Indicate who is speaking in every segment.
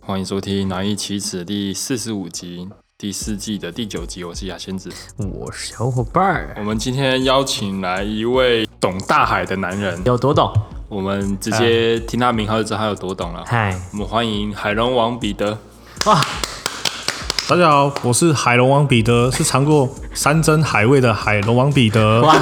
Speaker 1: 欢迎收听《难易启齿》第四十五集，第四季的第九集。我是雅仙子，
Speaker 2: 我是小伙伴
Speaker 1: 我
Speaker 2: 儿，
Speaker 1: 们今天邀请来一位懂大海的男人，
Speaker 2: 有多懂？
Speaker 1: 我们直接听他名号就知道他有多懂了。
Speaker 2: 嗨，
Speaker 1: 我们欢迎海龙王彼得。
Speaker 2: 哇，
Speaker 3: 大家好，我是海龙王彼得，是尝过山珍海味的海龙王彼得。
Speaker 2: 哇，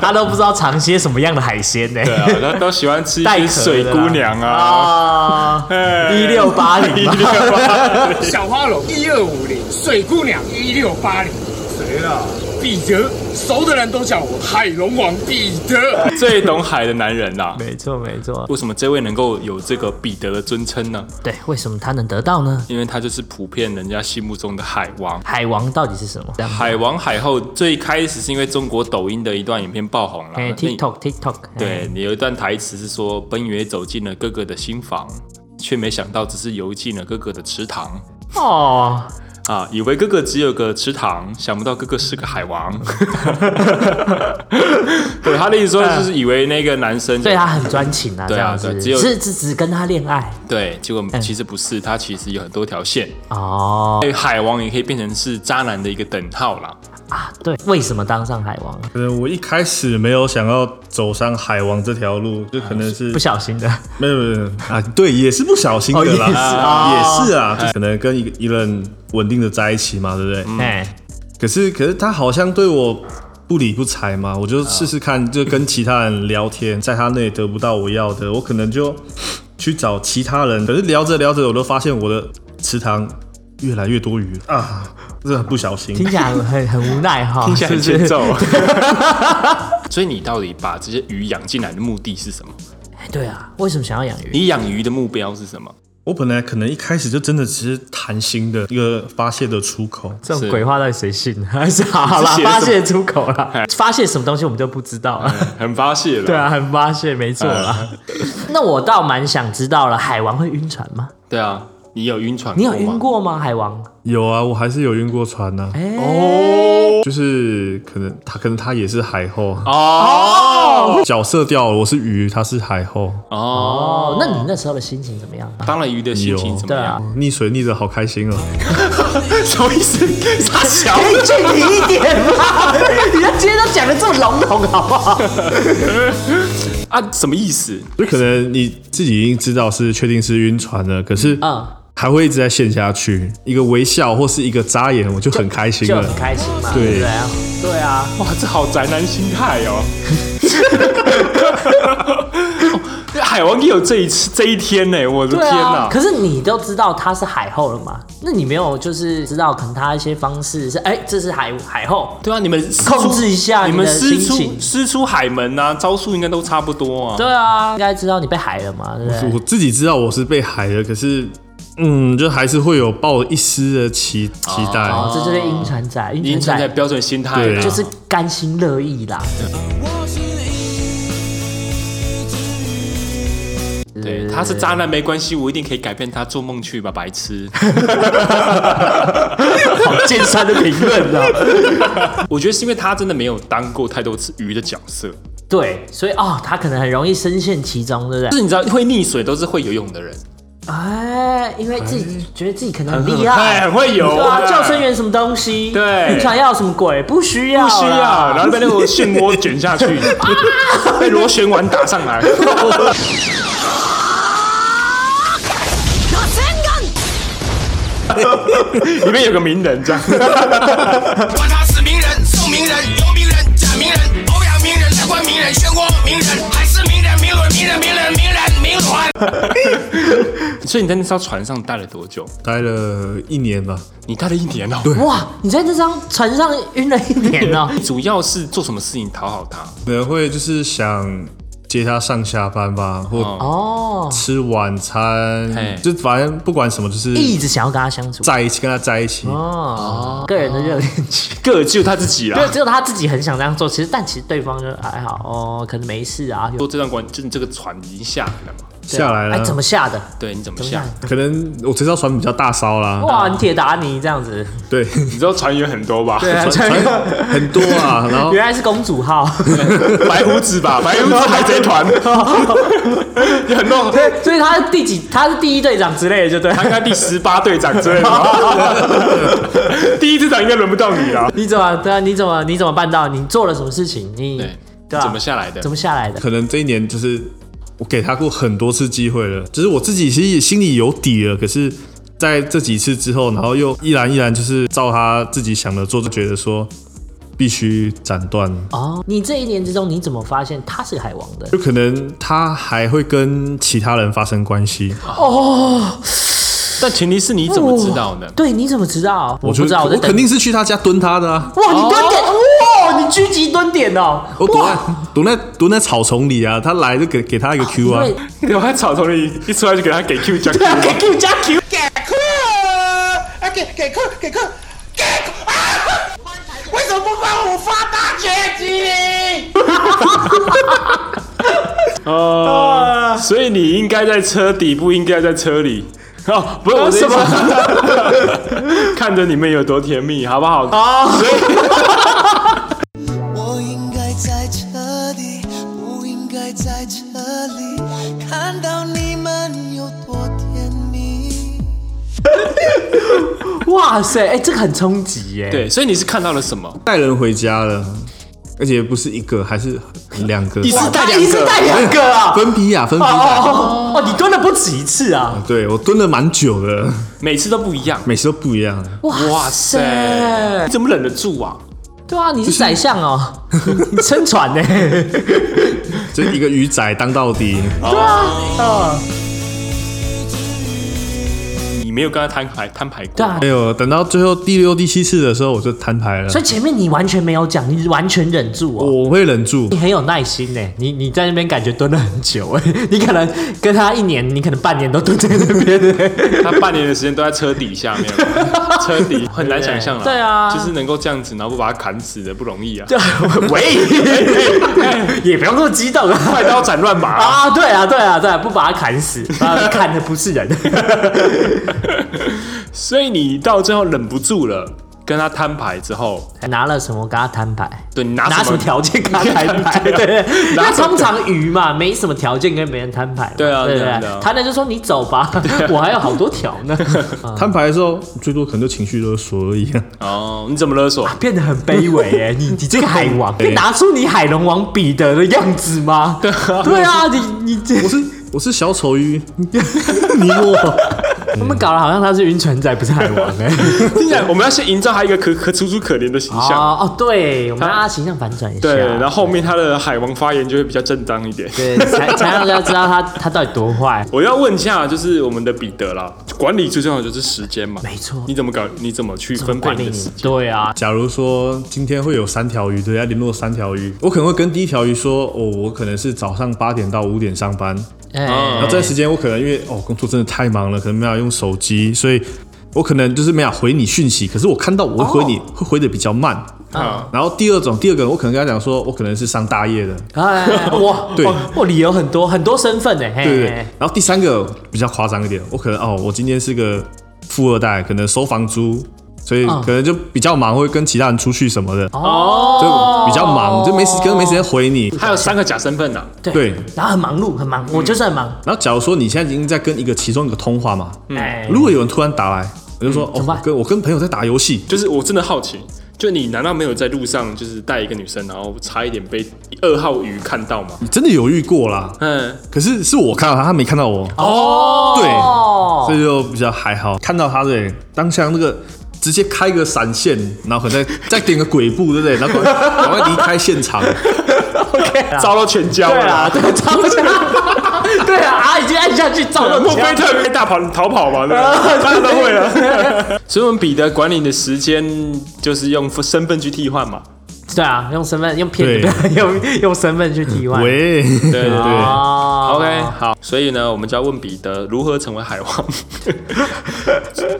Speaker 2: 他都不知道尝些什么样的海鲜呢、
Speaker 1: 对啊，他都喜欢吃一
Speaker 2: 带
Speaker 1: 些
Speaker 2: 壳
Speaker 1: 水
Speaker 2: 的啦
Speaker 1: 姑娘 啊，
Speaker 2: 啊，一六八零嘛，
Speaker 1: 啊
Speaker 4: 小花龙一二五零，水姑娘一六八零，谁啦？彼得，熟的人都叫我海龙王彼得。
Speaker 1: 最懂海的男人啦、
Speaker 2: 没错没错。
Speaker 1: 为什么这位能够有这个彼得的尊称呢？
Speaker 2: 对，为什么他能得到呢？
Speaker 1: 因为他就是普遍人家心目中的海王。
Speaker 2: 海王到底是什么？
Speaker 1: 海王海后最开始是因为中国抖音的一段影片爆红了。
Speaker 2: 哎
Speaker 1: 那
Speaker 2: ，TikTok TikTok，
Speaker 1: 对你有一段台词是说：“奔月走进了哥哥的心房，却没想到只是游进了哥哥的池塘
Speaker 2: 哎哦，
Speaker 1: 啊！以为哥哥只有个池塘，想不到哥哥是个海 王。对”他的意思说就是以为那个男生
Speaker 2: 对他很专情啊，
Speaker 1: 对
Speaker 2: 这
Speaker 1: 啊
Speaker 2: 样子
Speaker 1: 对，只有
Speaker 2: 是只只跟他恋爱
Speaker 1: 对，结果其实不是，他其实有很多条线。
Speaker 2: 哦
Speaker 1: 所以海王也可以变成是渣男的一个等号啦。
Speaker 2: 啊，对，为什么当上海王？
Speaker 1: 嗯
Speaker 3: 可能我一开始没有想要走上海王这条路，就可能是
Speaker 2: 不小心的，
Speaker 3: 没有没有没有啊，对，也是不小心的啦，
Speaker 2: 哦也是哦
Speaker 3: 也是啊，就可能跟一个一个人稳定的在一起嘛，对不对？
Speaker 2: 哎、
Speaker 1: 嗯
Speaker 3: 可是可是他好像对我不理不睬嘛，我就试试看，就跟其他人聊天，在他那里得不到我要的，我可能就去找其他人。可是聊着聊着，我都发现我的池塘越来越多鱼了啊，这很不小心。
Speaker 2: 听起来很很无奈哈，
Speaker 1: 听起来很
Speaker 2: 啊是
Speaker 1: 欠
Speaker 2: 不是
Speaker 1: 揍。所以你到底把这些鱼养进来的目的是什么？
Speaker 2: 哎对啊，为什么想要养鱼？
Speaker 1: 你养鱼的目标是什么？
Speaker 3: 我本来可能一开始就真的只是谈心的一个发泄的出口，
Speaker 2: 这
Speaker 1: 是
Speaker 2: 种鬼话到底谁信？ 还是好啦，
Speaker 1: 写的什么哎
Speaker 2: 发泄出口啦，发泄什么东西我们就不知道了。
Speaker 1: 很发泄了。
Speaker 2: 对啊，很发泄，没错啦。那我倒蛮想知道了，海王会晕船吗？
Speaker 1: 对啊，你有晕船？
Speaker 2: 你有晕？过吗？海王？
Speaker 3: 有啊，我还是有晕过船呐、就是可能他可能他也是海后，
Speaker 1: 哦
Speaker 3: 角色掉了，我是鱼，他是海后，
Speaker 1: 哦，
Speaker 2: 哦，那你那时候的心情怎么样？
Speaker 1: 当了鱼的心情怎么
Speaker 2: 对啊
Speaker 1: 样？，
Speaker 3: 哦溺水溺得好开心哦。
Speaker 1: 什么意 思？傻小
Speaker 2: 可以具体一点吗？你要今天都讲的这么笼统好不好？
Speaker 1: 啊？什么意思？
Speaker 3: 就可能你自己已经知道是确定是晕船了，可是
Speaker 2: 嗯
Speaker 3: 还会一直在陷下去，一个微笑或是一个眨眼，我就很开心
Speaker 2: 就
Speaker 3: 了
Speaker 2: 很。开心嘛，
Speaker 3: 对
Speaker 2: 对不对啊？对啊，
Speaker 1: 哇，这好宅男心态 哦。哦海王也有这一次这一天呢，我的
Speaker 2: 对
Speaker 1: 天
Speaker 2: 啊
Speaker 1: 哪！！
Speaker 2: 可是你都知道他是海后了嘛？那你没有就是知道可能他一些方式是哎，这是海海后，
Speaker 1: 对啊，你们师出
Speaker 2: 控制一下
Speaker 1: 你
Speaker 2: 你
Speaker 1: 们
Speaker 2: 的
Speaker 1: 师
Speaker 2: 心
Speaker 1: 出
Speaker 2: 情
Speaker 1: 师出海门啊，招数应该都差不多啊。
Speaker 2: 对啊，应该知道你被海了嘛，对不对？
Speaker 3: 我自己知道我是被海了，可是嗯，就还是会有抱一丝的期期待。
Speaker 2: 哦，这就是晕船仔，
Speaker 1: 已经
Speaker 2: 晕
Speaker 1: 存
Speaker 2: 船
Speaker 1: 在
Speaker 2: 仔
Speaker 1: 标准心态了，
Speaker 3: 对
Speaker 2: 就是甘心乐意啦。
Speaker 1: 对，他是渣男没关系，我一定可以改变他，做梦去吧，白痴。
Speaker 2: 好剑三的评论啊。
Speaker 1: 我觉得是因为他真的没有当过太多次鱼的角色，
Speaker 2: 对，所以哦，他可能很容易深陷其中，对不
Speaker 1: 就
Speaker 2: 对？
Speaker 1: 是你知道会溺水都是会游泳的人，
Speaker 2: 哎，因为自己觉得自己可能很厉害，
Speaker 1: 哎，很会游，
Speaker 2: 对啊，
Speaker 1: 哎
Speaker 2: 救生员什么东西？
Speaker 1: 对
Speaker 2: 晕船要什么鬼？不需要，
Speaker 1: 不需要，然。后被那个漩涡卷下去，被螺旋丸打上来。里面有个名人这样，
Speaker 5: 管他是名人、宋名人、游名人、假名人、欧阳名人、台湾名人、漩涡名人、海是名人、名人、名人、名人、名人、名人。
Speaker 1: 所以你在那艘船上待了多久？
Speaker 3: 待了一年吧，
Speaker 1: 你待了一年哦、
Speaker 2: 哇，你在这张船上晕了一年 哦，
Speaker 1: 主要是做什么事情讨好他？
Speaker 3: 可能会就是想接他上下班吧，或
Speaker 1: 哦，
Speaker 2: 哦，
Speaker 3: 吃晚餐，
Speaker 1: 嘿
Speaker 3: 就反正不管什么，就是
Speaker 2: 一直想要跟他相处。
Speaker 3: 在一起，跟他在一起。
Speaker 2: 哦，个人的热恋期。
Speaker 1: 个就他自己
Speaker 2: 没有，
Speaker 1: 啦。
Speaker 2: 只有他自己很想这样做，其实但其实对方就还好哦，可能没事啊。有
Speaker 1: 说这段关，就是这个船已经下来了嘛？
Speaker 2: 对
Speaker 3: 下来了
Speaker 2: 哎，怎么下的？
Speaker 1: 对你怎么
Speaker 2: 怎么
Speaker 1: 下
Speaker 2: 下？？
Speaker 3: 可能我这艘船比较大艘啦，
Speaker 2: 哇，你铁达尼这样子，
Speaker 3: 对，
Speaker 1: 你知道船员很多吧？
Speaker 2: 对啊，
Speaker 3: 船船很多 啊，然后
Speaker 2: 原来是公主 号，
Speaker 1: 白胡子吧，白胡子海贼团，有很多，
Speaker 2: 所以他是第几？他是第一队长之类的，就对。
Speaker 1: 他应该第十八队长之类的 吧。第一队长应该轮不到你了。
Speaker 2: 你怎么对啊？你怎么你怎么办到？你做了什么事情？你
Speaker 1: 对
Speaker 2: 对啊
Speaker 1: 怎么下来的
Speaker 2: 怎么下来的？
Speaker 3: 可能这一年就是我给他过很多次机会了，只是我自己其实也心里有底了，可是在这几次之后，然后又依然依然就是照他自己想的做，就觉得说必须斩断。
Speaker 2: 哦，你这一年之中你怎么发现他是海王的？
Speaker 3: 就可能他还会跟其他人发生关系，
Speaker 1: 但前提是你怎么知道呢？
Speaker 2: 对，你怎么知道？我
Speaker 3: 就
Speaker 2: 不知道，
Speaker 3: 我
Speaker 2: 在等
Speaker 3: 肯定是去他家蹲他的啊，
Speaker 2: 哇，你蹲点，哇，你狙击蹲点哦，
Speaker 3: 我躲在
Speaker 2: 哇，
Speaker 3: 躲在躲在草丛里啊，他来就给给他一个 Q
Speaker 2: 哦因
Speaker 3: 啊，
Speaker 2: 为
Speaker 1: 我在草丛里一出来就给他给 Q 加 Q
Speaker 2: 对啊，给
Speaker 1: 吧。
Speaker 2: Q 加 Q，
Speaker 5: 给克啊，给给克给克给克啊！为什么不帮我发大绝技？
Speaker 1: 哦，所以你应该在车底，不应该在车里。哦，不是我的意思， 看着你们有多甜蜜，好不好？
Speaker 6: 我应该在这里，不应该在这里，看到你们有多甜蜜。
Speaker 2: 哇塞，哎，这个很冲击耶，，
Speaker 1: 对，所以你是看到了什么？
Speaker 3: 带人回家了，而且不是一个，还是两个，
Speaker 1: 一次带
Speaker 2: 一次带两个啊，
Speaker 3: 分批啊，分批啊。
Speaker 2: 哦哦，你蹲了不止一次啊，
Speaker 3: 对我蹲了蛮久的，
Speaker 1: 每次都不一样。
Speaker 3: 每次都不一样。
Speaker 2: 哇塞
Speaker 1: 你，怎么忍得住啊？
Speaker 2: 对啊，你是宰相哦，你撑船呢，
Speaker 3: 就一个鱼仔当到底，
Speaker 1: 你没有跟他摊牌摊牌过。
Speaker 2: 对啊
Speaker 3: 哎，呦，等到最后第六、第七次的时候，我就摊牌了。
Speaker 2: 所以前面你完全没有讲，你完全忍住哦。
Speaker 3: 我会忍住
Speaker 2: 你，很有耐心呢，你你在那边感觉蹲了很久哎， 你可能跟他一年，你可能半年都蹲在那边 哎
Speaker 1: 他半年的时间都在车底下 面，车底很难想象了。
Speaker 2: 对啊
Speaker 1: 就是能够这样子，然后不把他砍死的不容易啊。
Speaker 2: 对啊， 喂，也不要那么激动啊！
Speaker 1: 快刀斩乱麻啊！
Speaker 2: 啊，对啊，对啊，对啊，不把他砍死，把他砍的不是人。
Speaker 1: 所以你到最后忍不住了，跟他摊牌之后，
Speaker 2: 拿了什么跟他摊牌？
Speaker 1: 对你拿
Speaker 2: 拿什么条件跟他摊 牌？对，对
Speaker 1: 啊拿
Speaker 2: 那
Speaker 1: 什么
Speaker 2: 通常鱼嘛，没什么条件跟别人摊牌嘛。
Speaker 1: 对啊
Speaker 2: 对
Speaker 1: 对啊
Speaker 2: 不
Speaker 1: 对啊
Speaker 2: 对，摊了就说你走吧， 我还有好多条呢。
Speaker 3: 摊牌的时候最多可能就情绪勒索而已、啊。
Speaker 1: 哦，你怎么勒索？
Speaker 2: 变得很卑微哎，你你这个海 王，可以拿出你海龙王比得的样子吗？对啊，你你这
Speaker 1: 嗯
Speaker 3: 我是我是小丑鱼， 你我
Speaker 2: 他们搞得好像他是晕船仔，不是海王 哎。
Speaker 1: 听起来我们要先营造他一个可可楚楚可怜的形象。
Speaker 2: 哦哦，对，我们让他形象反转一下，
Speaker 1: 对，然后后面他的海王发言就会比较正当一点。
Speaker 2: 对才才让大家知道他他到底多坏。
Speaker 1: 我要问一下，就是我们的彼得啦，管理最重要的就是时间嘛。
Speaker 2: 没错
Speaker 1: 你怎么搞？你怎么去分配
Speaker 2: 管
Speaker 1: 你
Speaker 2: 理
Speaker 1: 的时
Speaker 2: 你
Speaker 1: 间？，
Speaker 2: 对啊，
Speaker 3: 假如说今天会有三条鱼，对，要联络三条鱼，我可能会跟第一条鱼说，哦，我可能是早上八点到五点上班，
Speaker 2: 哎、
Speaker 1: 哦
Speaker 3: 然后这段时间我可能因为哦工作真的太忙了，可能没有用手机，所以我可能就是没有回你讯息。可是我看到我会回你，
Speaker 2: 哦
Speaker 3: 会回的比较慢。
Speaker 2: 嗯
Speaker 1: 啊，
Speaker 3: 然后第二种，第二个我可能跟他讲说，我可能是上大夜的，
Speaker 2: 哎，哇，
Speaker 3: 对
Speaker 2: 哇，我理由很多，很多身份呢，嘿，
Speaker 3: 对对对。然后第三个比较夸张一点，我可能哦，我今天是个富二代，可能收房租，所以可能就比较忙，会跟其他人出去什么的，
Speaker 2: 哦
Speaker 3: 就比较忙，就没时，可能没时间回你。
Speaker 1: 还有三个假身份呐、啊
Speaker 2: 对
Speaker 3: 对
Speaker 2: 然后很忙碌，很忙，我就是很忙，
Speaker 3: 然后假如说你现在已经在跟一个其中一个通话嘛，
Speaker 2: 哎、
Speaker 3: 如果有人突然打来，我就说哦，
Speaker 2: 嗯怎么
Speaker 3: 我
Speaker 2: 办
Speaker 3: 跟我跟朋友在打游戏，
Speaker 1: 就是我真的好奇，就你难道没有在路上就是带一个女生，然后差一点被二号鱼看到吗？
Speaker 3: 真的有遇过啦，
Speaker 1: 嗯，
Speaker 3: 可是是我看到他，他没看到我，
Speaker 2: 哦，
Speaker 3: 对所以就比较还好。看到他对，当下那个直接开个闪现，然后可能再再点个鬼步，对不对？然后 赶快赶快离开现场。
Speaker 1: 遭到全交
Speaker 2: 对
Speaker 1: 了
Speaker 2: 啦，
Speaker 1: 啦。
Speaker 2: 对，照不下，对啊，啊，已经按下去照了，
Speaker 1: 莫非特别大跑逃跑嘛？ 对吧大家都会了。 所以我们彼得管理你的时间就是用身份去替换嘛。
Speaker 2: 对啊，用身份，用骗你的，
Speaker 3: 对
Speaker 2: 用用身份去替换，
Speaker 3: 喂，
Speaker 1: 对对对。
Speaker 2: 哦
Speaker 1: OK，好，啊所以呢，我们就要问彼得如何成为海 王。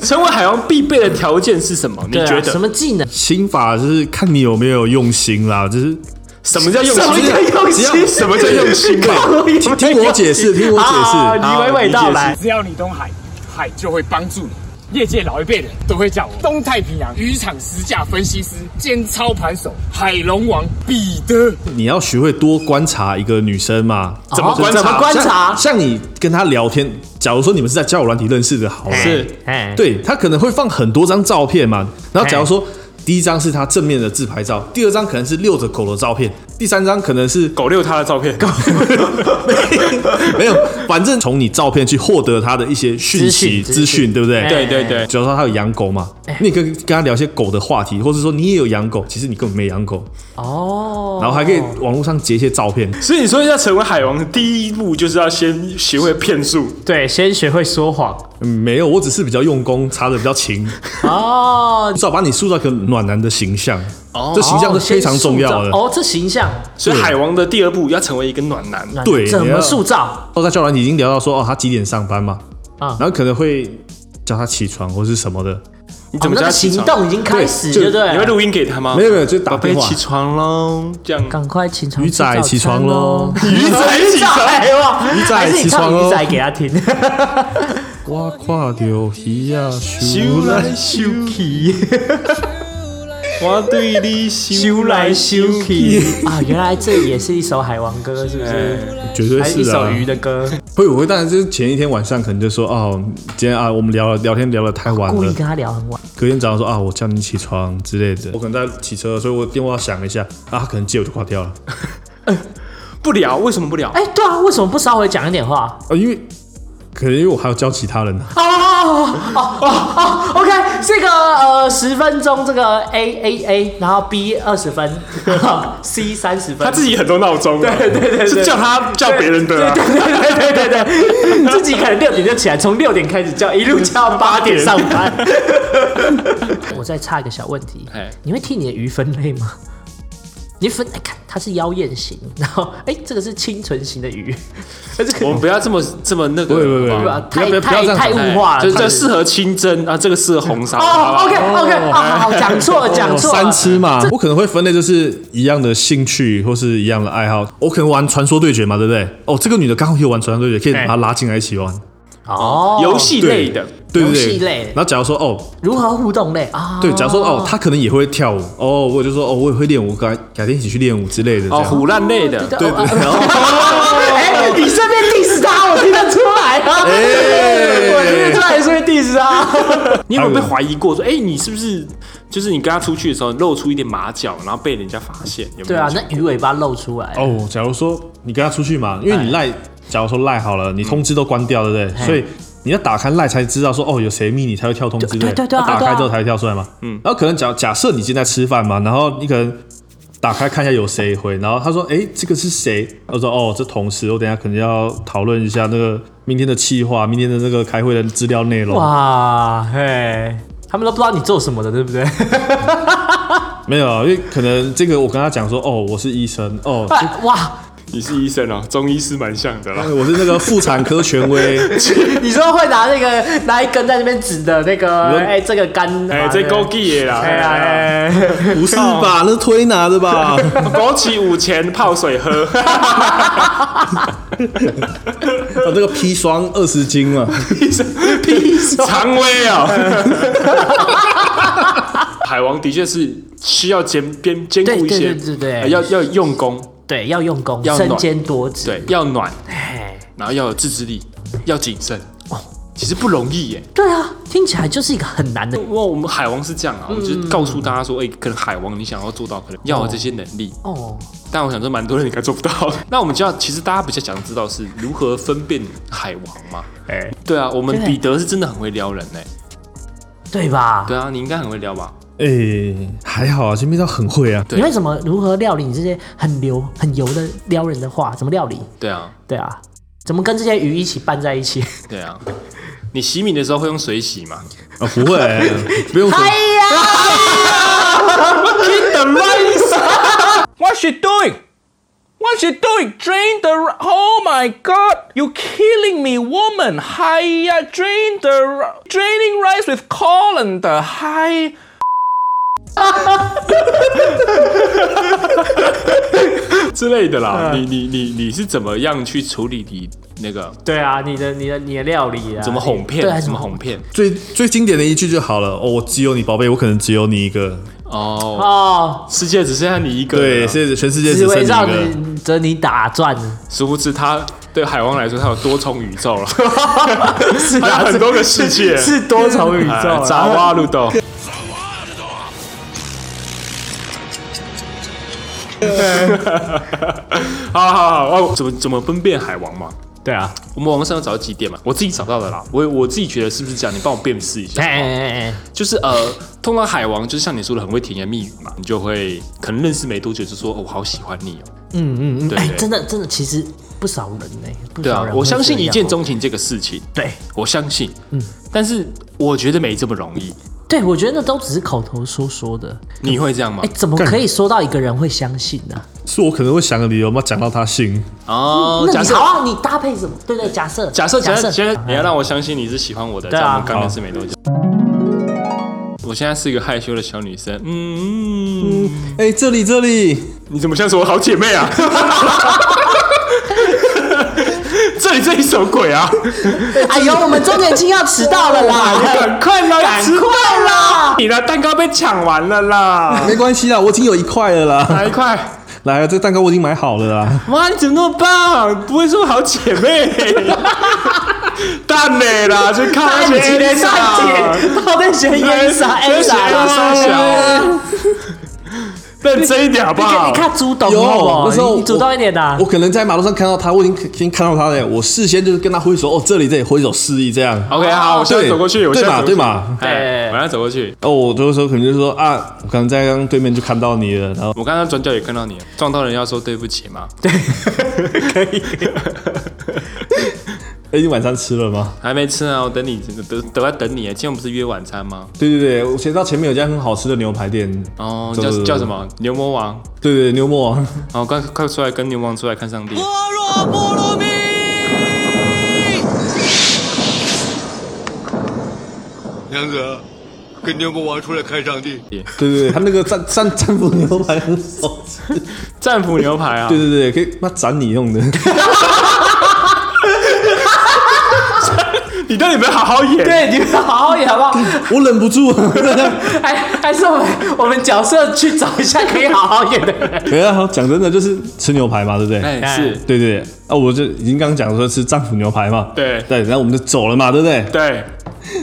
Speaker 1: 成为海王必备的条件是什么？你
Speaker 2: 对啊
Speaker 1: 觉得？
Speaker 2: 什么技能？
Speaker 3: 心法就是看你有没有用心啦，就是
Speaker 1: 什么叫用
Speaker 2: 什么
Speaker 1: 心？
Speaker 2: 叫用
Speaker 3: 只要
Speaker 2: 心？
Speaker 1: 什么叫用心啊？
Speaker 2: 对
Speaker 3: 听 听我解 释听我解释
Speaker 2: 你
Speaker 1: 好
Speaker 2: 娓娓道
Speaker 1: 你解释
Speaker 2: 来。
Speaker 4: 只要你懂海，海就会帮助你。业界老一辈人都会叫我东太平洋渔场实价分析师兼操盘手海龙王彼得。
Speaker 3: 你要学会多观察一个女生嘛，
Speaker 1: 怎么
Speaker 2: 哦
Speaker 1: 观察
Speaker 2: 怎么观察
Speaker 3: 像？像你跟她聊天，假如说你们是在交友软体认识的，好了，
Speaker 1: 是
Speaker 2: 哎，
Speaker 3: 对她可能会放很多张照片嘛，然后假如说。第一张是她正面的自拍照，第二张可能是遛着狗的照片，第三张可能是
Speaker 1: 狗遛他的照片，
Speaker 3: 没有，反正从你照片去获得他的一些讯息
Speaker 2: 资讯
Speaker 3: 资讯，对不对
Speaker 2: 哎？
Speaker 1: 对对对
Speaker 3: 假如说他有养狗嘛，你也可以跟他聊一些狗的话题，或者说你也有养狗，其实你根本没养狗，
Speaker 2: 哦，
Speaker 3: 然后还可以网络上截一些照片。
Speaker 1: 所以你说要成为海王的第一步，就是要先学会骗术。
Speaker 2: 对，先学会说谎
Speaker 3: 嗯没有，我只是比较用功，查的比较勤，
Speaker 2: 哦。
Speaker 3: 至少把你塑造一个暖男的形象。哦，这形象是非常重要的。
Speaker 2: 哦，这形象
Speaker 1: 所以海王的第二步要成为一个暖男，
Speaker 3: 对
Speaker 2: 怎
Speaker 3: 你
Speaker 2: 么
Speaker 3: 要
Speaker 2: 塑造？
Speaker 3: 哦，在教软体已经聊到说，哦，他几点上班嘛，
Speaker 2: 啊
Speaker 3: 然后可能会叫他起床或是什么的。
Speaker 1: 你
Speaker 2: 我
Speaker 1: 怎么
Speaker 2: 们那
Speaker 1: 叫
Speaker 2: 个
Speaker 1: 他起
Speaker 2: 行
Speaker 1: 床？
Speaker 2: 动已经开始，
Speaker 3: 对
Speaker 2: 对
Speaker 3: 就
Speaker 2: 不对？
Speaker 1: 你会录音给他吗？
Speaker 3: 没有没有，就打
Speaker 1: 宝
Speaker 3: 电
Speaker 1: 贝
Speaker 3: 话
Speaker 1: 起。床喽，这样。
Speaker 2: 赶快起床，
Speaker 3: 鱼
Speaker 2: 吃早
Speaker 3: 仔
Speaker 2: 餐
Speaker 3: 起床 喽
Speaker 2: 咯！
Speaker 1: 鱼仔起床，
Speaker 2: 哇！
Speaker 3: 鱼仔
Speaker 2: 还是你
Speaker 3: 起
Speaker 2: 唱
Speaker 3: 床
Speaker 2: 鱼
Speaker 3: 咯
Speaker 2: 仔给他听。
Speaker 3: 我看到鱼啊，
Speaker 1: 修
Speaker 3: 想
Speaker 1: 来修去，我对你修
Speaker 2: 修
Speaker 1: 来
Speaker 2: 来
Speaker 1: 修
Speaker 2: 修
Speaker 1: 去
Speaker 2: 去。 啊，原来这也是一首海王歌，是不是？
Speaker 3: 绝对
Speaker 2: 还是一
Speaker 3: 是
Speaker 2: 首
Speaker 3: 啊。
Speaker 2: 鱼的歌，
Speaker 3: 会我会，当然就是前一天晚上可能就说哦，今天啊我们聊了聊天聊得太晚
Speaker 2: 故意
Speaker 3: 了，
Speaker 2: 跟他聊很晚。
Speaker 3: 隔天早上说啊我叫你起床之类的。我可能在骑车，所以我电话响一下，啊他可能接我就挂掉了。
Speaker 1: 不聊，为什么不聊？
Speaker 2: 哎，对啊，为什么不稍微讲一点话？
Speaker 3: 啊，因为可能因为我还要教其他人啊，
Speaker 2: 哦哦哦哦哦，OK，这个呃十分钟，这个 A A A，然后 B 二十分，C 三十分，
Speaker 1: 他自己很多闹钟，对对对，是叫他叫别人的啊。
Speaker 2: 对对对对，你自己可能六点就起来，从六点开始叫，一路叫到八点上班。我再插一个小问题
Speaker 1: 哎，
Speaker 2: 你会替你的鱼分类吗？你分哎看它是妖艳型，然后哎这个是清纯型的鱼，这
Speaker 1: 我
Speaker 2: 个
Speaker 1: 们不要这么这么那个，
Speaker 3: 不会不会不会
Speaker 1: 好
Speaker 3: 不
Speaker 1: 不好
Speaker 3: 会
Speaker 2: 啊
Speaker 3: 不
Speaker 2: 太
Speaker 3: 要不要
Speaker 2: 太
Speaker 3: 这样
Speaker 2: 太
Speaker 3: 讲
Speaker 2: 物化了，
Speaker 1: 就是
Speaker 2: 太
Speaker 1: 这适合清蒸啊，这个适合红烧。
Speaker 2: 哦
Speaker 1: 好不
Speaker 2: ，OK
Speaker 1: 好
Speaker 2: OK，哦好，讲错了讲错了
Speaker 3: 三，吃嘛，我可能会分类就是一样的兴趣或是一样的爱好，我可能玩传说对决嘛，对不对？哦，这个女的刚好有玩传说对决，可以把她拉进来一起玩，
Speaker 2: 哦，
Speaker 1: 游戏类的，
Speaker 3: 对不
Speaker 2: 游戏
Speaker 3: 对？
Speaker 2: 类
Speaker 3: 然后假如说哦，
Speaker 2: 如何互动类啊？
Speaker 3: 对，假如说哦，他可能也会跳舞哦，我就说哦，我也会练舞，改改天一起去练舞之类的。这
Speaker 1: 哦，
Speaker 3: 样
Speaker 1: 虎烂类的，
Speaker 2: 对对，哎，你顺便 diss 他，我听得出来啊，我听得出来，顺便 diss 他。
Speaker 1: 你有没有被怀疑过？说，哎，你是不是就是你跟他出去的时候露出一点马脚，然后被人家发现？有没有
Speaker 2: 对啊，那鱼尾巴露出来，
Speaker 3: 哦，假如说你跟他出去嘛，因为你
Speaker 2: 哎
Speaker 3: 赖，假如说赖好了，你通知都关掉，对不对？所以你要打开赖才知道说哦有谁密你才会跳通知，
Speaker 2: 对
Speaker 3: 不
Speaker 2: 对对对啊
Speaker 3: 要打开之后才会跳出来嘛。嗯，然后可能假假设你今天在吃饭嘛，然后你可能。打开看一下有谁回，然后他说：“哎、这个是谁？”我说：“哦，这同事，我等一下可能要讨论一下那个明天的计划，明天的那个开会的资料内容。”
Speaker 2: 哇嘿，他们都不知道你做什么的，对 不对？
Speaker 3: 没有，啊，因为可能这个我跟他讲说，哦，我是医生，哦，
Speaker 2: 哎哇，
Speaker 1: 你是医生哦，中医师蛮像的啦。
Speaker 3: 我是那个妇产科 权威，
Speaker 2: 你说会拿那个拿一根在那边指的那个，
Speaker 3: 你说
Speaker 2: 哎，这个杆，
Speaker 1: 哎，这勾记的啦，
Speaker 2: 哎呀，哎
Speaker 3: 不是吧？那推拿的吧？
Speaker 1: 枸杞五钱泡水 喝，
Speaker 3: 啊，这个砒霜二十斤啊，
Speaker 1: 常威啊！ 海王的确是需要兼边兼顾一些，
Speaker 2: 对对对对对
Speaker 1: 呃要要用功，
Speaker 2: 对，要用功，
Speaker 1: 要暖
Speaker 2: 身兼多职，
Speaker 1: 对，要暖，
Speaker 2: 哎，
Speaker 1: 然后要有自制力，要谨慎。
Speaker 2: 哦
Speaker 1: 其实不容易耶，
Speaker 2: 对啊，听起来就是一个很难的
Speaker 1: 因为我们海王是这样
Speaker 2: 嗯
Speaker 1: 啊，我们就是告诉大家说，哎、可能海王你想要做到，可能要有这些能力，
Speaker 2: 哦。
Speaker 1: 但我想说蛮多人应该做不到。 那我们就要，其实大家比较想知道是如何分辨海王嘛？
Speaker 2: 哎，
Speaker 1: 对啊，我们
Speaker 2: 对
Speaker 1: 彼得是真的很会撩人哎，
Speaker 2: 对吧？
Speaker 1: 对啊，你应该很会撩吧？
Speaker 3: 哎、还好啊，前面倒很会啊，
Speaker 1: 对
Speaker 2: 你为什么如何料理你这些很流很油的撩人的话？怎么料理？
Speaker 1: 对啊，
Speaker 2: 对啊，怎么跟这些鱼一起拌在一起？
Speaker 1: 对啊。你洗米的时候会用水洗吗？
Speaker 3: 啊，不会、 不用说，
Speaker 2: 哎
Speaker 7: What's she doing? What's she doing? Drain the. r- Oh my god! You killing me, woman! Hiya, drain the. r- Draining rice with colander. Hi.
Speaker 1: 之类的啦。你你你你是怎么样去处理你那个
Speaker 2: 对啊，你的你的你的料理啊，
Speaker 1: 怎么哄骗？
Speaker 2: 对啊，
Speaker 1: 怎么哄骗？
Speaker 3: 最最经典的一句就好了哦，我只有你宝贝，我可能只有你一个。
Speaker 1: 哦，
Speaker 2: 哦，
Speaker 1: 世界只剩下你一个人
Speaker 3: 对，啊
Speaker 1: 了。
Speaker 3: 现在全世界只
Speaker 2: 只
Speaker 3: 剩你
Speaker 2: 围
Speaker 3: 一
Speaker 2: 绕
Speaker 3: 个。
Speaker 2: 你着你打转，
Speaker 1: 殊不知他对海王来说，他有多重宇宙了，
Speaker 2: 是啊
Speaker 1: 他有很多个世界。
Speaker 2: 是多重宇宙
Speaker 1: 哎
Speaker 2: 啊，
Speaker 1: 扎哇路 豆，好好好，哦，怎么怎么分辨海王嘛？
Speaker 2: 对啊，
Speaker 1: 我们网上有找到几点嘛？我自己找到的啦，我我自己觉得是不是这样？你帮我辨识一下
Speaker 2: 哎。哎哎哎，
Speaker 1: 就是呃，通常海王就是像你说的很会甜言蜜语嘛，你就会可能认识没多久就说、哦、我好喜欢你哦。
Speaker 2: 嗯嗯嗯，
Speaker 1: 对
Speaker 2: 哎，
Speaker 1: 对
Speaker 2: 真的真的，其实不少人呢，不
Speaker 1: 对
Speaker 2: 少
Speaker 1: 啊
Speaker 2: 人，会
Speaker 1: 我相信
Speaker 2: 这
Speaker 1: 一
Speaker 2: 样
Speaker 1: 见，钟情这个事情，
Speaker 2: 对
Speaker 1: 我相信，嗯，但是我觉得没这么容易。
Speaker 2: 对，我觉得那都只是口头说说的，
Speaker 1: 你会这样吗
Speaker 2: 哎，？怎么可以说到一个人会相信呢？
Speaker 3: 是我可能会想个理由吗？讲到他信，
Speaker 1: 哦，
Speaker 2: 那
Speaker 1: 假
Speaker 2: 你
Speaker 1: 设
Speaker 2: 好啊，你搭配什么？对对，假设
Speaker 1: 假设假
Speaker 2: 假
Speaker 1: 设，
Speaker 2: 设嗯
Speaker 1: 现在你要让我相信你是喜欢我的，
Speaker 2: 对啊
Speaker 1: 在我们刚认识没多久。我现在是一个害羞的小女生，嗯，
Speaker 3: 哎、这里这里，
Speaker 1: 你怎么像是我好姐妹啊？ 这里这一首鬼啊！
Speaker 2: 哎呦，我们周年庆要迟到了啦！
Speaker 1: 赶快啦，赶
Speaker 2: 快啦！
Speaker 1: 你的蛋糕被抢完了
Speaker 2: 啊
Speaker 1: 啦！
Speaker 3: 没关系啦，我已经有一块了啦。
Speaker 1: 来一块！
Speaker 3: 来啊，这蛋糕我已经买好了啦。
Speaker 1: 哇，你怎么那么棒？不会是我好姐妹？蛋美啦，去看那些 A
Speaker 2: 蛋姐，到底选 A 啥 A 啥
Speaker 1: 三小，认真一点好不好？
Speaker 2: 你看朱董
Speaker 3: 有
Speaker 2: 好不好？
Speaker 3: 那时候
Speaker 2: 你你主动一点的啊
Speaker 3: 我，可能在马路上看到他，我已经已经看到他了。我事先就是跟他挥手，哦，这里这里挥手示意这样。
Speaker 1: ，OK，好，我现在走过去，我现
Speaker 3: 对
Speaker 1: 在
Speaker 3: 嘛
Speaker 1: 走过去
Speaker 3: 对嘛。
Speaker 1: 哎，我要走过去。
Speaker 3: 哦，我这个时候可能就是说啊，我可能在刚对面就看到你了，然后
Speaker 1: 我刚刚转角也看到你了，撞到人要说对不起吗？对，
Speaker 3: 哎，你晚餐吃了吗？
Speaker 1: 还没吃啊，我等你，等等在等你啊。今天不是约晚餐吗？
Speaker 3: 对对对，我前到前面有家很好吃的牛排店，
Speaker 1: 哦，
Speaker 3: 走
Speaker 1: 叫
Speaker 3: 走走
Speaker 1: 叫什么？牛魔王。
Speaker 3: 对对牛魔王，
Speaker 1: 好，快快出来跟牛王出来看上帝。
Speaker 8: 娘子，跟牛魔王出来看上帝。
Speaker 3: 对对对，他那个战战战斧牛排很好吃，
Speaker 1: 战斧牛排啊
Speaker 3: 对，对对，可以那斩你 用的，
Speaker 1: 你到底有没有好好演？
Speaker 2: 对，你们好好演好不好？
Speaker 3: 我忍不 住，哎
Speaker 2: 还还是我们我们角色去找一下可以好好演的人。
Speaker 3: 没有讲真的就是吃牛排嘛，对不对？
Speaker 1: 哎，是，
Speaker 3: 对对对啊，我就已经刚刚讲说吃战斧牛排嘛，
Speaker 1: 对
Speaker 3: 对，然后我们就走了嘛，对不对？
Speaker 1: 对，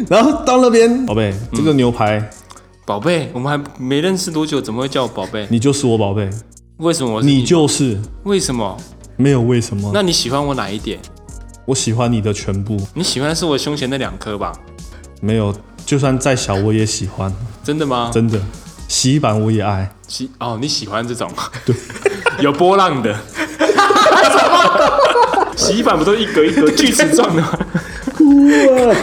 Speaker 3: 然后到那边，宝贝，这个牛排、
Speaker 1: 宝贝，我们还没认识多久，怎么会叫我宝贝？
Speaker 3: 你就是我宝贝，
Speaker 1: 为什么我是
Speaker 3: 你就是
Speaker 1: 为什么？
Speaker 3: 没有为什么，
Speaker 1: 那你喜欢我哪一点？
Speaker 3: 我喜欢你的全部，
Speaker 1: 你喜欢的是我胸前那两颗吧？
Speaker 3: 没有，就算再小我也喜欢，
Speaker 1: 真的吗？
Speaker 3: 真的，洗衣板我也爱。
Speaker 1: 喜哦，你喜欢这种？对， 有波浪的。 洗衣板不都一格一格锯齿状的吗？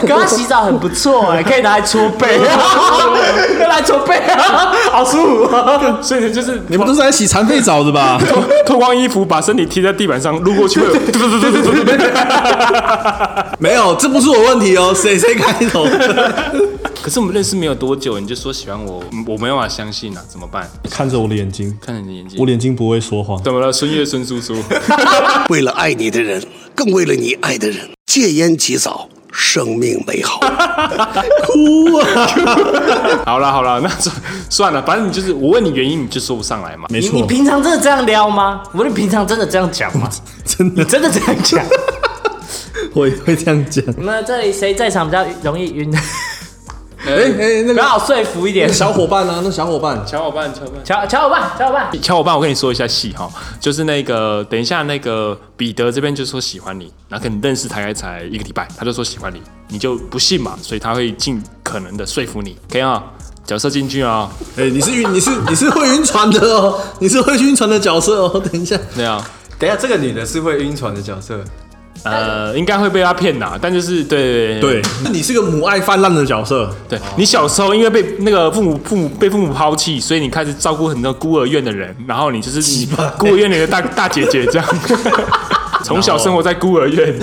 Speaker 2: 刚刚洗澡很不错哎，可以拿来搓 背，可以拿来搓背啊， 好舒服哦。
Speaker 1: 所以就是
Speaker 3: 你们都是在洗残废澡的 吧？
Speaker 1: 脱光衣服，把身体贴在地板上，撸过去会有嘟嘟嘟嘟嘟嘟嘟
Speaker 3: 没有，这不是我问题哦，谁谁开头？
Speaker 1: 可是我们认识没有多久，你就说喜欢我，嗯我没办法相信啊，怎么办？
Speaker 3: 看着我的眼睛，
Speaker 1: 看着你的眼睛，
Speaker 3: 我的眼睛不会说谎。
Speaker 1: 怎么了？孙悦、孙叔叔，
Speaker 9: 为了爱你的人，更为了你爱的人，戒烟及早，生命美好。
Speaker 1: 好了好了，那算算了，反正你就是我问你原因，你就说不上来嘛。
Speaker 3: 没
Speaker 2: 你你
Speaker 3: 错，
Speaker 2: 平常真的这样撩吗？我说你平常真的这样讲吗？
Speaker 3: 真的
Speaker 2: 你真的这样讲？
Speaker 3: 会会这样 讲。
Speaker 2: 那这里谁在场比较容易晕？
Speaker 1: 哎、
Speaker 3: 哎哎，
Speaker 2: 比
Speaker 3: 那个
Speaker 2: 较好说服一点。
Speaker 3: 小伙伴啊，那小伙伴，
Speaker 1: 小伙伴，小伙伴。
Speaker 2: 小小伙伴，小伙伴，
Speaker 1: 小伙伴，我跟你说一下戏哈，就是那个等一下那个彼得这边就说喜欢你，然后跟你认识大概才一个礼拜，他就说喜欢你，你就不信嘛，所以他会尽可能的说服你，OK 啊，角色进去啊，
Speaker 3: 哎，你是晕，你是你是会晕船的哦，你是会晕船的角色哦。等一下，
Speaker 1: 对啊，
Speaker 10: 等一下，这个女的是会晕船的角色，
Speaker 1: 呃，应该会被他骗呐，但就是对
Speaker 3: 对，你是个母爱泛滥的角色，
Speaker 1: 对你小时候因为被那个父母父母被父母抛弃，所以你开始照顾很多孤儿院的人，然后你就是你孤儿院里的大大姐姐这样，从小生活在孤儿院，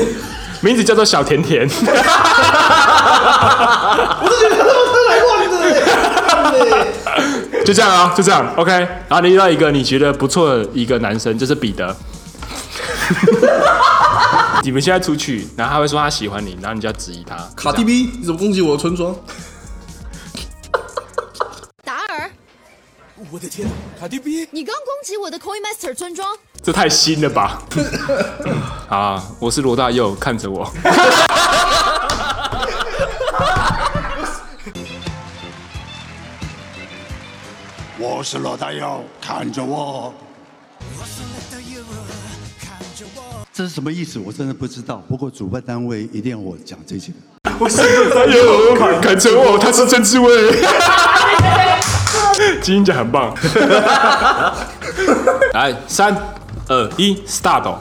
Speaker 1: 名字叫做小甜甜。就这样啊，就这样，OK。然后你遇到一个你觉得不错的一个男生，就是彼得。你们现在出去，然后他会说他喜欢你，然后你就要质疑他。
Speaker 3: 卡蒂 B，你怎么攻击我的村庄？
Speaker 11: 达尔，
Speaker 1: 我的天，卡蒂 B，
Speaker 11: 你刚攻击我的 Coin Master 村庄，
Speaker 1: 这太新了 吧！好啊，我是罗大佑，看着我。
Speaker 5: 我是罗大佑，看着我。
Speaker 12: 这是什么意思？我真的不知道。不过主办单位一定要我讲这些。
Speaker 1: 我是罗大佑，看哎看着我，他是曾志伟。 金鹰奖很 棒。来，三二一，start。哦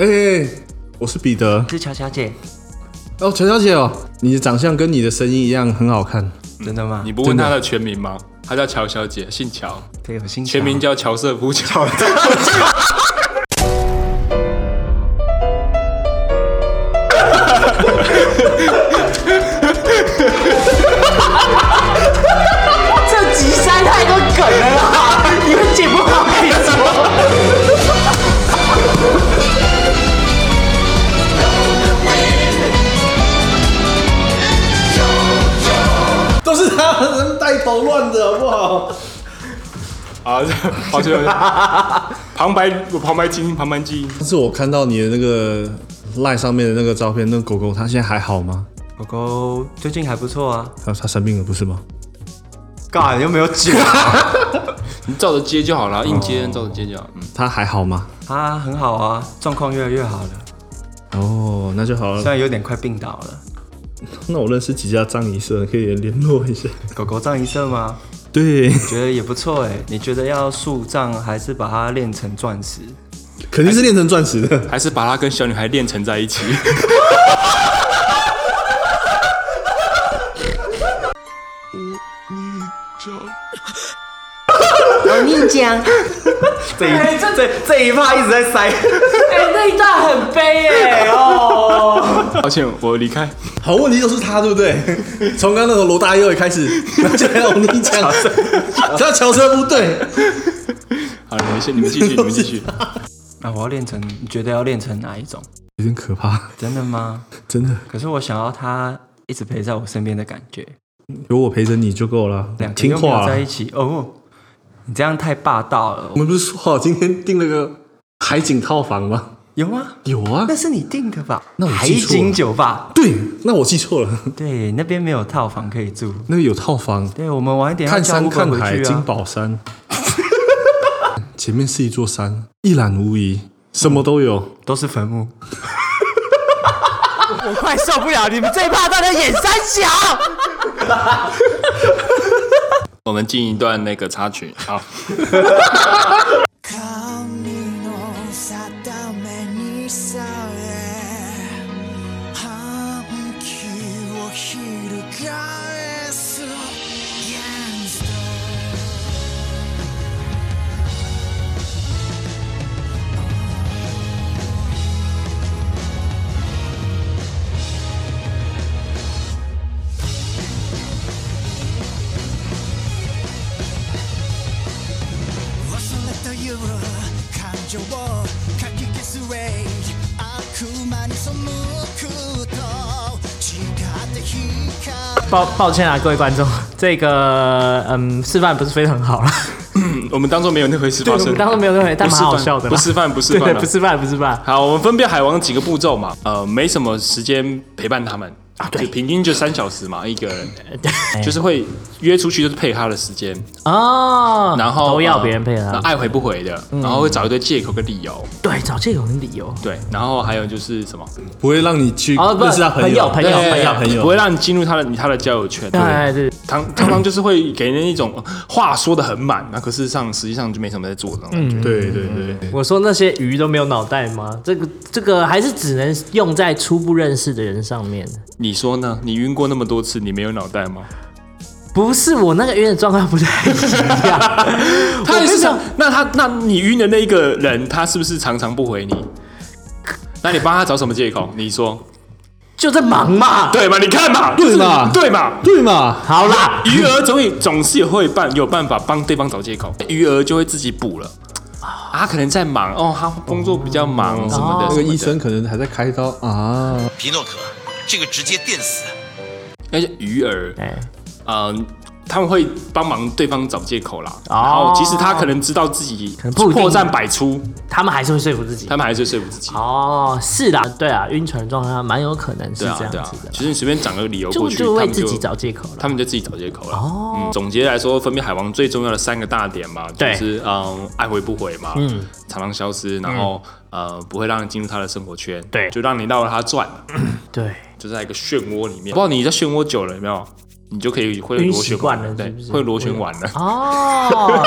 Speaker 3: 哎、我是彼得，
Speaker 2: 是乔小姐。
Speaker 3: 哦，乔小姐哦，你的长相跟你的声音一样，很好看。
Speaker 1: 真的吗？你不问她的全名吗？她叫乔小姐，姓乔。对，我姓全名叫乔瑟夫乔。
Speaker 2: 这集塞太多梗了啦，你们剪不好跟你说。
Speaker 3: 都是他人带头乱的，好不好？
Speaker 1: 啊，抱歉，旁白，我旁白精，旁白精。
Speaker 3: 但是我看到你的那个 line 上面的那个照片，那狗狗它现在还好吗？
Speaker 13: 狗狗最近还不错啊。
Speaker 3: 它它生病了不是吗？
Speaker 13: 干，你又没有剪、
Speaker 1: 你照着接就好了，硬接照着接就好。嗯，
Speaker 3: 它还好吗？
Speaker 13: 它很好 啊，状况越来越好了，
Speaker 3: 哦，那就好了。
Speaker 13: 虽然有点快病倒了。
Speaker 3: 那我认识几家葬仪社，可以联络一 下。
Speaker 13: 狗狗葬仪社吗？
Speaker 3: 对，
Speaker 13: 觉得也不错哎。你觉得要树葬还是把它炼成钻石？
Speaker 3: 肯定是炼成钻石的，
Speaker 1: 还是把她跟小女孩练成在一 起？
Speaker 2: 我逆讲，
Speaker 13: 这一哎这这这一趴一直在塞，
Speaker 2: 哎、那一段很悲哎、哦。
Speaker 1: 抱歉，我离开。
Speaker 3: 好，问题就是他对不对？ 从刚刚那个罗大佑也开始，然后就来我们一 讲，他乔车不对，
Speaker 1: 好，啊你们先，你们继续，你们继续。
Speaker 13: 啊，我要练成，你觉得要练成哪一种？
Speaker 3: 有点可怕，
Speaker 13: 真的吗？
Speaker 3: 真的。
Speaker 13: 可是我想要它一直陪在我身边的感觉，
Speaker 3: 有我陪着你就够了
Speaker 13: 两，个
Speaker 3: 听
Speaker 13: 又没有
Speaker 3: 话
Speaker 13: 在
Speaker 3: 啊。
Speaker 13: 一起哦。你这样太霸道了
Speaker 3: 我，们不是说好今天订了个海景套房吗？
Speaker 13: 有吗？
Speaker 3: 有啊，
Speaker 13: 那是你订的吧？
Speaker 3: 那我
Speaker 13: 海
Speaker 3: 记错了
Speaker 13: 景酒吧，
Speaker 3: 对，那我记错了。
Speaker 13: 对，那边没有套房可以住。
Speaker 3: 那个有套房，
Speaker 13: 对我们晚一点要
Speaker 3: 看
Speaker 13: 叫
Speaker 3: 山
Speaker 13: Uber
Speaker 3: 看
Speaker 13: 回
Speaker 3: 海，
Speaker 13: 去啊
Speaker 3: 金宝山， 前面是一座山，一览无遗，什么都有，
Speaker 13: 都是坟墓。
Speaker 2: 我快受不了，你们这一趴到底在演三小？
Speaker 1: 我们进一段那个插 曲，好。
Speaker 2: 抱抱歉啊，各位观众，这个嗯示范不是非常好了。
Speaker 1: 我们当做没有那回事发生，
Speaker 2: 对我们当作没有那回事但
Speaker 1: 不示
Speaker 2: 蛮
Speaker 1: 范
Speaker 2: 好笑的啦
Speaker 1: 不示范，不示范
Speaker 2: 对，不示范，不示范。
Speaker 1: 好，我们分辨海王几个步骤嘛，呃，没什么时间陪伴他们啊，对，平均就三小时嘛，一个人，
Speaker 2: 哎
Speaker 1: 就是会约出去就是配他的时间，
Speaker 2: 哦，
Speaker 1: 然后
Speaker 2: 都要
Speaker 1: 呃
Speaker 2: 别人配合
Speaker 1: 那
Speaker 2: 他，
Speaker 1: 爱回不回的，
Speaker 2: 嗯
Speaker 1: 然后会找一堆借口跟理由，
Speaker 2: 对，找这种理由。
Speaker 1: 对，然后还有就是什么，
Speaker 3: 不会让你去
Speaker 2: 哦不
Speaker 3: 认识他朋友，
Speaker 2: 朋友
Speaker 1: 对
Speaker 2: 朋友朋友
Speaker 1: 不会让你进入他的你他的交友圈，
Speaker 2: 对对，
Speaker 1: 常常常就是会给人一种呃话说的很满，那可是上实际上就没什么在做的那种感觉，
Speaker 2: 嗯
Speaker 3: 对对对。
Speaker 2: 我说那些鱼都没有脑袋吗？这个这个还是只能用在初步认识的人上面。
Speaker 1: 你说呢？你晕过那么多次，你没有脑袋吗？
Speaker 2: 不是我那个晕的状况不太一样，
Speaker 1: 他也是想，那他那你晕的那一个人，他是不是常常不回你？那你帮他找什么借口？你说
Speaker 2: 就在忙嘛，
Speaker 1: 对嘛？你看嘛，
Speaker 2: 啊对
Speaker 1: 嘛，对嘛，
Speaker 3: 对嘛。
Speaker 2: 好啦，
Speaker 1: 余额总也总是会办有办法帮对方找借口，余额就会自己补了。啊，可能在忙哦，他工作比较忙什么的。
Speaker 3: 哦那个医生可能还在开刀啊。
Speaker 5: 皮诺可，这个直接电死。
Speaker 1: 那些鱼饵，嗯，他们会帮忙对方找借口啦。然后其实他可能知道自己
Speaker 2: 哦不一定
Speaker 1: 破绽百出，
Speaker 2: 他们还是会说服自己，
Speaker 1: 他们还是会说服自己。
Speaker 2: 哦，是啦，对啊，晕船的状态下蛮有可能是
Speaker 1: 对啊
Speaker 2: 这，样
Speaker 1: 对
Speaker 2: 子
Speaker 1: 啊
Speaker 2: 的。。
Speaker 1: 其实你随便找个理由
Speaker 2: 就
Speaker 1: 过去，
Speaker 2: 就为
Speaker 1: 他们
Speaker 2: 自己找借口了，
Speaker 1: 他们就自己找借口了。
Speaker 2: 哦
Speaker 1: 嗯，总结来说，分别海王最重要的三个大点嘛，就
Speaker 2: 对
Speaker 1: 是嗯，爱回不回嘛，
Speaker 2: 嗯
Speaker 1: 常常消失，然后、呃，不会让你进入他的生活圈，对，就让你绕着他转，
Speaker 2: 对，
Speaker 1: 就在一个漩涡里面。不知道你在漩涡久了有没有？你就可以会螺旋丸了，对，会螺旋丸了。
Speaker 2: 哦，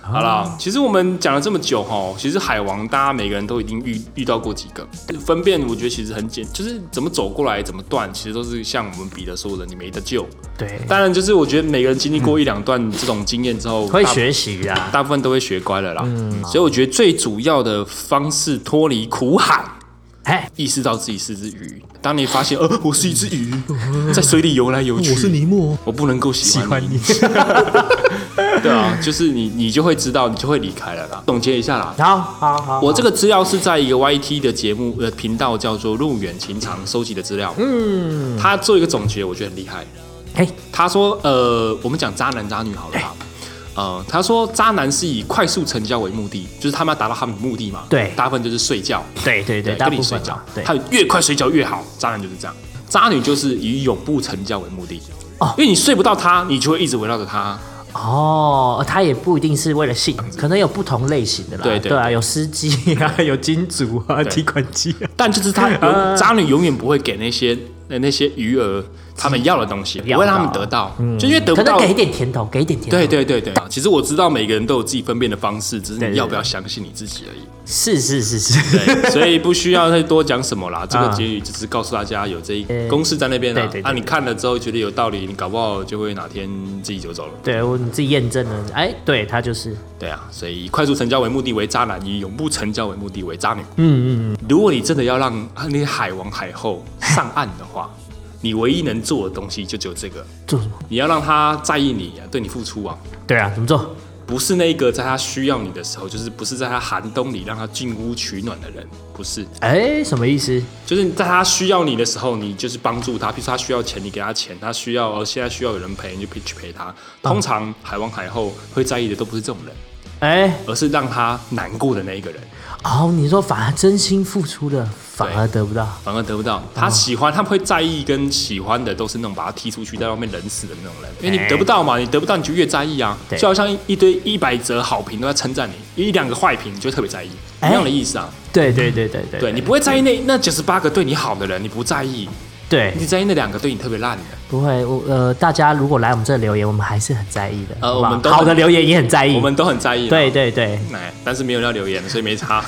Speaker 1: 好啦，其实我们讲了这么久哈，其实海王大家每个人都已经遇遇到过几个分辨，我觉得其实很简，就是怎么走过来，怎么断，其实都是像我们彼得说的，你没得救。
Speaker 2: 对，
Speaker 1: 当然，就是我觉得每个人经历过一两段这种经验之后，
Speaker 2: 会
Speaker 1: 大
Speaker 2: 学习啊啦，
Speaker 1: 大部分都会学乖了啦。所以我觉得最主要的方式脱离苦海，意识到自己是只鱼。当你发现，呃，我是一只鱼，在水里游来游去，
Speaker 3: 我是尼莫，
Speaker 1: 我不能够喜欢你。 对啊，就是你，你就会知道，你就会离开了啦。总结一下啦，
Speaker 2: 好好好，
Speaker 1: 我这个资料是在一个 YT 的节目呃频道叫做“路远情长”收集的资料。
Speaker 2: 嗯，
Speaker 1: 他做一个总结，我觉得很厉害。
Speaker 2: 哎，
Speaker 1: 他说，呃，我们讲渣男渣女好了啦。呃，他说渣男是以快速成交为目的，就是他们要达到他们的目的嘛。
Speaker 2: 对
Speaker 1: 大部分就是睡觉。
Speaker 2: 对对对，大
Speaker 1: 跟
Speaker 2: 部
Speaker 1: 你睡
Speaker 2: 分
Speaker 1: 觉
Speaker 2: 啊，对，
Speaker 1: 他越快睡觉越好。渣男就是这样，渣女就是以永不成交为目的。哦，因为你睡不到他，你就会一直围绕着他。
Speaker 2: 哦，他也不一定是为了性，可能有不同类型的啦，
Speaker 1: 对对
Speaker 2: 对啊，有司机啊， 有金主啊，
Speaker 1: 对
Speaker 2: 提款机啊，
Speaker 1: 但就是 他
Speaker 2: 啊
Speaker 1: 永渣女永远不会给那些那那些余额他们要的东西，不会让他们得到，就因为得不到
Speaker 2: 嗯可能给一点甜头，给一点甜头，
Speaker 1: 对对对对，其实我知道每个人都有自己分辨的方式，只是你要不要相信你自己而已。
Speaker 2: 是是是是，
Speaker 1: 对，所以不需要再多讲什么啦。这个结语只是告诉大家有这一
Speaker 2: 啊嗯
Speaker 1: 公式在那边
Speaker 2: 对
Speaker 1: 啦
Speaker 2: 对对。
Speaker 1: 啊，你看了之后觉得有道理，你搞不好就会哪天自己就走了。
Speaker 2: 对我你自己验证了，哎，对他就是，
Speaker 1: 对啊，所以以快速成交为目的为渣男，以永不成交为目的为渣女。
Speaker 2: 嗯嗯嗯，
Speaker 1: 如果你真的要让啊那些海王海后上岸的话，你唯一能做的东西就只有这个。
Speaker 2: 做什么？
Speaker 1: 你要让他在意你啊，对你付出啊，
Speaker 2: 对啊，怎么做？
Speaker 1: 不是那个在他需要你的时候，就是不是在他寒冬里让他进屋取暖的人，不是。
Speaker 2: 哎，什么意思？
Speaker 1: 就是在他需要你的时候，你就是帮助他。比如说他需要钱，你给他钱；他需要呃现在需要有人陪，你就去陪他。通常海王海后会在意的都不是这种人，
Speaker 2: 哎，
Speaker 1: 而是让他难过的那一个人，
Speaker 2: 哦，你说反而真心付出的反而得不到，
Speaker 1: 反而得不到。他喜欢，他们会在意跟喜欢的都是那种把他踢出去，在外面冷死的那种人，因为
Speaker 2: 哎
Speaker 1: 你得不到嘛，你得不到你就越在意啊。
Speaker 2: 对
Speaker 1: 就好像一一堆一百则好评都在称赞你，一两个坏评你就特别在意，一样的意思啊。
Speaker 2: 对对对对哎对
Speaker 1: 对你不会在意那那九十八个对你好的人，你不在意，
Speaker 2: 对
Speaker 1: 你只在意那两个对你特别烂的。
Speaker 2: 不会，我呃，大家如果来我们这留言，我们还是很在意的。
Speaker 1: 呃，
Speaker 2: 好
Speaker 1: 我
Speaker 2: 不好
Speaker 1: 们都
Speaker 2: 好的留言也很在意，
Speaker 1: 我们都很在意。
Speaker 2: 嗯
Speaker 1: 啊
Speaker 2: 对，对对，
Speaker 1: 哎，但是没有人要留言，所以没 差。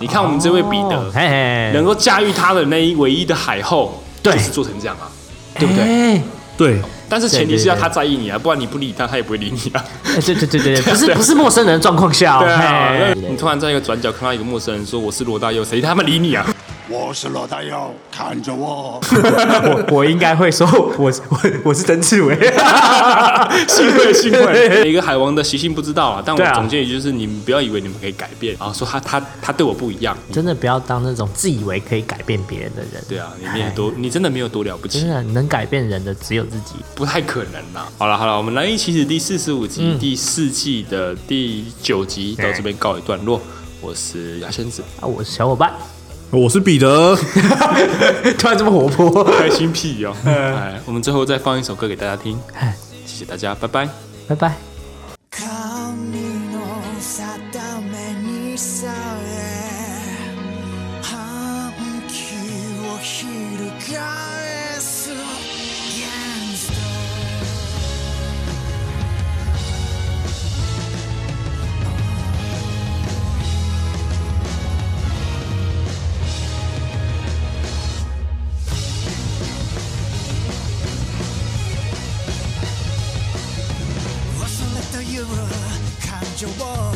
Speaker 1: 你看我们这位彼得，
Speaker 2: 哦嘿嘿
Speaker 1: 能够驾驭他的那一唯一的海后，就是做成这样啊，对不对？
Speaker 2: 对？
Speaker 3: 对，
Speaker 1: 但是前提是要他
Speaker 2: 哎对
Speaker 1: 在意你啊，不然你不理他，他也不会理你啊。
Speaker 2: 哎对对对 对，
Speaker 1: 对啊
Speaker 2: 不是
Speaker 1: 对啊
Speaker 2: 不是陌生人的状况下哦，
Speaker 1: 对啊，那
Speaker 2: 嘿
Speaker 1: 你突然在一个转角看到一个陌生人说我是罗大佑，谁他妈理你啊？
Speaker 12: 我是罗大佑，看着我。
Speaker 2: 我我应该会 说，我我我是曾志伟，
Speaker 1: 幸会幸会，一个海王的习性不知道啊，但
Speaker 2: 对啊
Speaker 1: 我总结也就是你们不要以为你们可以改变啊，说他他他对我不一样，
Speaker 2: 真的不要当那种自以为可以改变别人的人。
Speaker 1: 对啊，你没有多，你真的没有多了不起
Speaker 2: 真。的能改变人的只有自己。
Speaker 1: 不太可能啊啦。好了好了，我们《蓝衣骑士》第四十五集、
Speaker 2: 嗯
Speaker 1: 第四季的第九集到这边告一段落。我是牙仙子，
Speaker 2: 啊，我是小伙伴，
Speaker 3: 我是彼得，
Speaker 2: 突然这么活泼，
Speaker 1: 开心屁哦！哎，我们最后再放一首歌给大家听，谢谢大家，拜拜。
Speaker 2: 拜拜。
Speaker 6: の定めにさえ反旗を翻す現在忘れという感情を